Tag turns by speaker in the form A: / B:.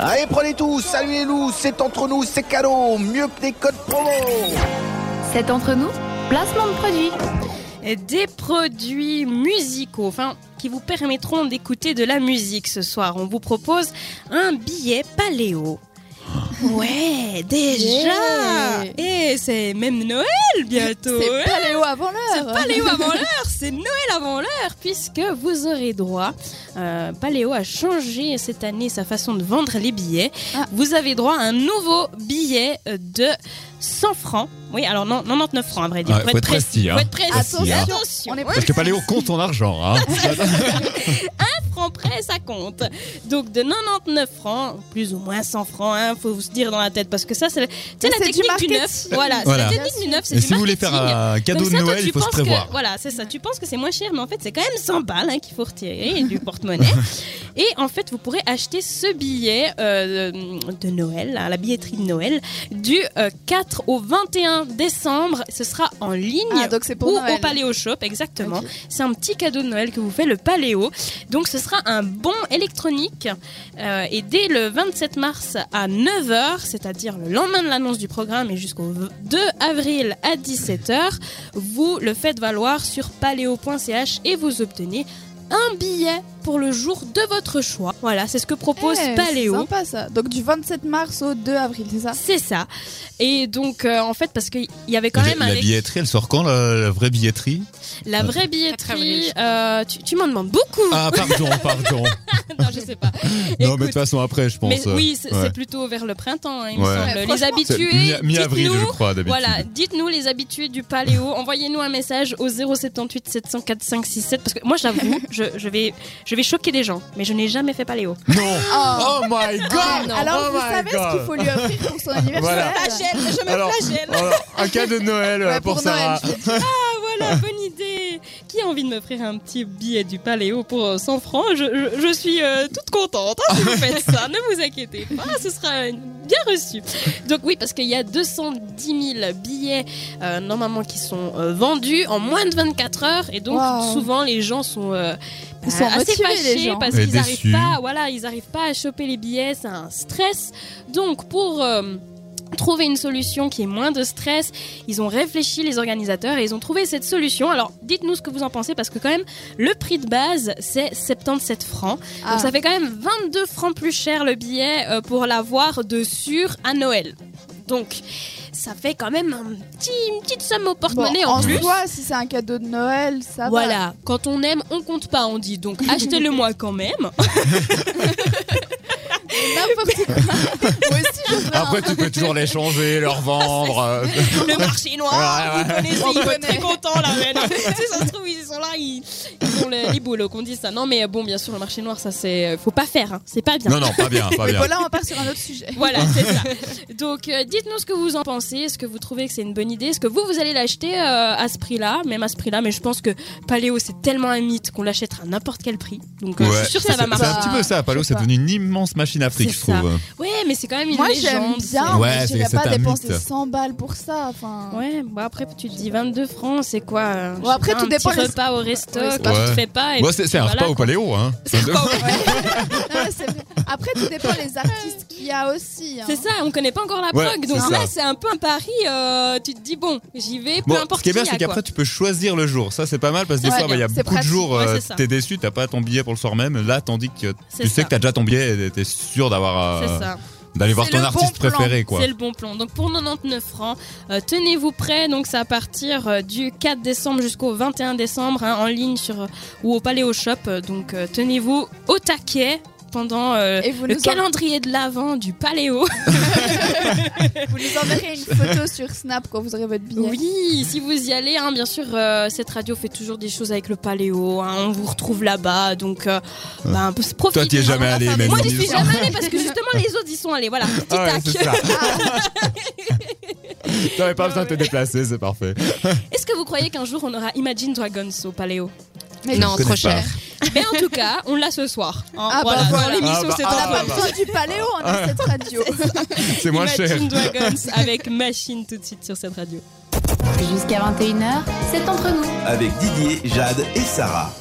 A: Allez, prenez tout, saluez-nous, c'est entre nous, c'est cadeau, mieux que des codes promo.
B: C'est entre nous, placement de produit.
C: des produits musicaux, enfin qui vous permettront d'écouter de la musique ce soir. On vous propose un billet paléo. Ouais, déjà. Et c'est même Noël bientôt.
D: C'est
C: hein.
D: paléo avant l'heure.
C: C'est paléo avant l'heure, c'est Noël avant l'heure, puisque vous aurez droit. Euh, paléo a changé cette année sa façon de vendre les billets.
D: Ah.
C: Vous avez droit à un nouveau billet euh, de 100 francs. Oui, alors non, 99 francs à vrai dire.
E: Ouais, faut être précis, hein.
C: Faut être précis.
E: Précis, hein.
C: Attention,
D: On est
E: Parce que Paléo compte ton argent. Hein.
C: francs près, ça compte. Donc de 99 francs, plus ou moins 100 francs, hein, faut se dire dans la tête, parce que ça, c'est le- tu sais,
D: Mais
C: la
D: c'est du
C: technique du,
D: marketing.
C: neuf. Voilà, c'est
E: Voilà.
C: la technique du neuf, c'est
E: Et
C: du
E: si vous voulez faire
C: marketing.
E: un
C: Comme
E: cadeau
C: ça,
E: de
C: toi,
E: Noël,
C: tu
E: il faut se
C: penses que-
E: prévoir.
C: voilà, c'est ça. Tu penses que c'est moins cher, mais en fait, c'est quand même 100 balles hein, qu'il faut retirer du porte-monnaie. Et en fait, vous pourrez acheter ce billet euh, de Noël, à la billetterie de Noël, du euh, 4 au 21 décembre. Ce sera en ligne.
D: Ah, donc c'est pour
C: ou
D: Noël.
C: au Paléo Shop, exactement.
D: Ok.
C: C'est un petit cadeau de Noël que vous fait le Paléo. Donc ce sera un bon électronique. Euh, et dès le 27 mars à 9h, c'est-à-dire le lendemain de l'annonce du programme et jusqu'au v- 2 avril à 17h, vous le faites valoir sur paléo.ch et vous obtenez un billet pour le jour de votre choix. Voilà, c'est ce que propose
D: Eh,
C: Paléo.
D: C'est sympa ça. Donc du 27 mars au 2 avril, c'est ça
C: C'est ça. Et donc, euh, en fait, parce qu'il y avait quand
E: La,
C: même
E: la
C: un ex-
E: billetterie, elle sort quand la, la vraie billetterie
C: la vraie
F: avril,
C: billetterie,
F: je
C: euh, tu, tu m'en demandes beaucoup.
E: Ah, pardon, pardon.
C: non, je sais pas.
E: non, mais de
C: Écoute,
E: toute façon, après, je pense. euh,
C: mais oui, c'est
E: ouais.
C: c'est plutôt vers le printemps, hein, il me
E: Ouais.
D: Ouais,
C: semble. Les
D: franchement,
E: C'est
C: habitués,
E: mi- mi-avril,
C: dites-nous-
E: je crois, d'habitude.
C: Voilà, dites-nous les habitués du paléo, envoyez-nous un message au 078 704 567 parce que moi j'avoue, je, je vais je vais choquer les gens, mais je n'ai jamais fait paléo.
E: Non
D: Oh.
E: Oh my god
D: Alors
E: Oh
D: vous
E: my
D: savez ce
E: God.
D: qu'il faut lui offrir pour son anniversaire
E: Voilà.
C: je
E: Alors, alors, un cadeau de Noël euh,
D: Ouais,
E: pour,
D: pour
E: Sarah.
D: Noël,
C: Ah voilà, bonne idée. Qui a envie de m'offrir un petit billet du paléo pour euh, 100 francs je, je- je suis euh, toute contente hein, si vous faites ça, ne vous inquiétez pas, ce sera euh, bien reçu. Donc oui, parce qu'il y a 210 000 billets euh, normalement qui sont euh, vendus en moins de 24 heures et donc
D: Wow.
C: souvent les gens sont, euh,
D: Ils sont
C: assez
D: motivés,
C: fâchés
D: les gens.
C: parce
E: Et
C: qu'ils n'arrivent
E: déçus.
C: pas, voilà, ils arrivent pas à choper les billets, c'est un stress. Donc pour euh, trouver une solution qui est moins de stress, ils ont réfléchi les organisateurs et ils ont trouvé cette solution. Alors dites-nous ce que vous en pensez parce que quand même le prix de base c'est 77 francs.
D: Ah.
C: Donc ça fait quand même 22 francs plus cher le billet euh, pour l'avoir de sûr à Noël. Donc ça fait quand même un petit, une petite somme au
D: Bon,
C: porte-monnaie en
D: en
C: plus.
D: soi, si c'est un cadeau de Noël, ça va.
C: Voilà, quand on aime, on compte pas, on dit. Donc achetez-le moi quand même.
D: N'importe quoi. Moi aussi, je voudrais un-
E: Après, tu peux toujours les changer, leur vendre. euh,
C: le marché noir,
E: Ouais,
C: vous connaissez, ils vont
D: connaît.
C: être très contents là. Mais non. si ça se trouve, ils sont là, ils, ils ont le- les boulots qu'on dit ça. Non, mais euh, bon, bien sûr, le marché noir, ça c'est. Faut pas faire, hein. c'est pas bien.
E: Non, non, pas bien, pas
D: Mais
E: bien.
D: voilà, on part sur un autre sujet.
C: Voilà, c'est ça. Donc, euh, dites-nous ce que vous en pensez. Est-ce que vous trouvez que c'est une bonne idée Est-ce que vous, vous allez l'acheter euh, à ce prix-là Même à ce prix-là, mais je pense que Paléo, c'est tellement un mythe qu'on l'achètera à n'importe quel prix. Donc, euh, je
E: Ouais.
C: suis sûre que ça va
E: C'est
C: marcher.
E: un petit peu ça, Palo,
D: Je sais
E: c'est
D: pas.
E: devenu une immense machine à fric,
C: C'est
E: je trouve.
C: Ouais, mais c'est quand même une
D: Moi, j'aime
C: légende.
D: bien,
E: Ouais,
D: mais je
E: c'est-
D: vais
E: c'est
D: pas
E: un
D: dépenser
E: mythe.
D: 100 balles pour ça. Enfin,
C: Ouais, bon après tu te dis 22 francs, c'est quoi euh,
D: Bon,
C: je sais
D: après,
C: pas,
D: tout
C: un
D: dépend
C: petit
D: les-
C: repas au resto
D: Ouais,
C: quand
E: ouais.
C: tu te fais pas. et
E: Ouais, c'est c'est un
C: voilà,
E: repas au
C: quoi.
E: Paléo, hein.
D: Ouais, c'est vrai. Après, tout dépend les artistes qu'il y a aussi. hein.
C: Ah, C'est ça, on connaît pas encore la
E: Ouais,
C: prog, donc
E: c'est
C: là
E: ça.
C: c'est un peu un pari. euh, tu te dis bon, j'y vais, peu
E: Bon,
C: importe
E: ce qui est bien,
C: y a,
E: c'est
C: quoi.
E: qu'après, tu peux choisir le jour. Ça, c'est pas mal parce que des
D: Ouais,
E: fois, bah, il y a
D: c'est
E: beaucoup
D: pratique.
E: de jours,
C: Ouais,
E: euh,
C: c'est ça.
E: t'es déçu, t'as pas ton billet pour le soir même. Là, tandis que
C: C'est
E: tu
C: ça.
E: sais que t'as déjà ton billet et t'es sûr d'avoir.
C: C'est
E: euh,
C: ça,
E: d'aller voir
D: C'est
E: ton
D: le bon
E: artiste
D: plan.
E: préféré, quoi.
C: c'est le bon plan. Donc pour 99 francs, euh, tenez-vous prêts. Donc c'est à partir euh, du 4 décembre jusqu'au 21 décembre hein, en ligne sur ou au Paléo Shop. Euh, Donc euh, tenez-vous au taquet pendant euh,
D: Et vous
C: le
D: nous, en-
C: calendrier de l'avant du Paléo.
D: vous nous enverrez une photo sur Snap quand vous aurez votre billet.
C: Oui, si vous y allez, hein, bien sûr, euh, cette radio fait toujours des choses avec le paléo. hein, on vous retrouve là-bas, donc euh, ben, profitez.
E: Ah. Toi, t'y es jamais allé, même.
C: Moi, je
E: Lily.
C: suis jamais allée parce que justement, les autres y sont allés. Voilà, petit
E: Ah ouais,
C: tac.
E: c'est ça. T'avais pas besoin de te déplacer, c'est parfait.
C: Est-ce que vous croyez qu'un jour on aura Imagine Dragons au paléo
D: Mais
F: Non,
E: Je
F: trop
E: connais
F: cher.
C: Ben en tout cas, on l'a ce soir. hein,
D: Ah bah
C: voilà, Ah.
D: voilà.
C: dans l'émission,
E: Ah bah,
C: c'est
D: On n'a
E: ah
C: entre
D: pas
C: nous.
E: bah.
D: besoin du paléo, on a cette radio.
E: C'est moins cher.
C: Imagine Dragons avec Machine tout de suite sur cette radio.
B: Jusqu'à 21h, c'est entre nous.
A: Avec Didier, Jade et Sarah.